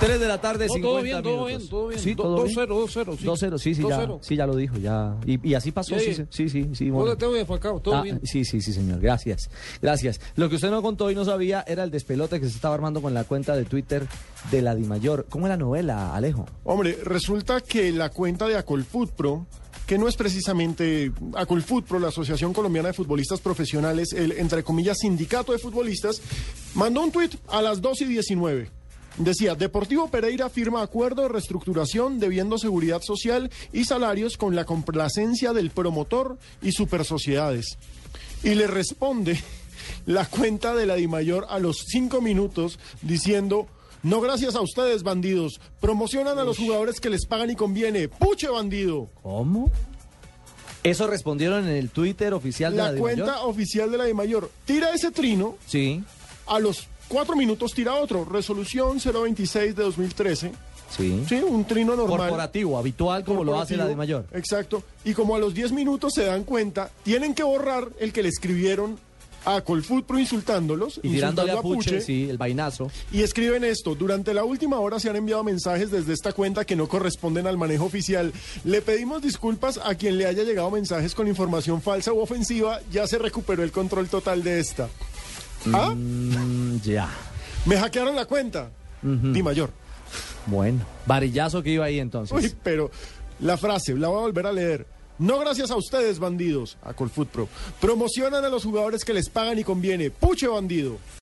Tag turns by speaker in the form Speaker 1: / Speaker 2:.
Speaker 1: 3 de la tarde,
Speaker 2: No,
Speaker 1: 50
Speaker 2: todo bien, todo
Speaker 1: minutos.
Speaker 2: bien, todo bien.
Speaker 1: Sí,
Speaker 2: Do-
Speaker 1: todo bien.
Speaker 2: 2-0, 2-0, sí.
Speaker 1: 2-0, sí, sí, ya,
Speaker 2: 2-0.
Speaker 1: sí, ya lo dijo, ya. Y, y así pasó, sí,
Speaker 2: Sí.
Speaker 1: sí, sí, sí, sí,
Speaker 2: Hola,
Speaker 1: bueno.
Speaker 2: Teo y Falcao, todo
Speaker 1: Ah,
Speaker 2: bien.
Speaker 1: Sí, sí, sí, señor. Gracias. Gracias. Lo que usted no contó y no sabía era el despelote que se estaba armando con la cuenta de Twitter de la Dimayor. ¿Cómo es la novela, Alejo?
Speaker 3: Hombre, resulta que la cuenta de Acolfutpro, que no es precisamente Acolfutpro, la Asociación Colombiana de Futbolistas Profesionales, el entre comillas sindicato de futbolistas, mandó un tuit a las 2 y 19. Decía, Deportivo Pereira firma acuerdo de reestructuración debiendo seguridad social y salarios con la complacencia del promotor y supersociedades. Y le responde la cuenta de la Dimayor a los cinco minutos diciendo, no gracias a ustedes, bandidos, promocionan a los jugadores que les pagan y conviene. ¡Puche, bandido!
Speaker 1: ¿Cómo? Eso respondieron en el Twitter oficial de la,
Speaker 3: La
Speaker 1: Dimayor.
Speaker 3: cuenta oficial de la Dimayor tira ese trino,
Speaker 1: Sí,
Speaker 3: a los cuatro minutos tira otro, resolución 026 de 2013.
Speaker 1: sí.
Speaker 3: Sí, un trino normal.
Speaker 1: Corporativo, habitual como lo hace la
Speaker 3: corporativo.
Speaker 1: Dimayor.
Speaker 3: Exacto. Y como a los 10 minutos se dan cuenta, tienen que borrar el que le escribieron a Colfutpro insultándolos.
Speaker 1: Y tirándole a
Speaker 3: insultando
Speaker 1: Puche, sí, el vainazo.
Speaker 3: Y escriben esto, durante la última hora se han enviado mensajes desde esta cuenta que no corresponden al manejo oficial. Le pedimos disculpas a quien le haya llegado mensajes con información falsa u ofensiva, ya se recuperó el control total de esta. ¿Ah?
Speaker 1: Mm, ya.
Speaker 3: Me hackearon la cuenta. Di mayor.
Speaker 1: Bueno. Varillazo que iba ahí entonces.
Speaker 3: Uy, pero la frase, la voy a volver a leer. No gracias a ustedes, bandidos, a Colfutpro. Promocionan a los jugadores que les pagan y conviene. Puche, bandido.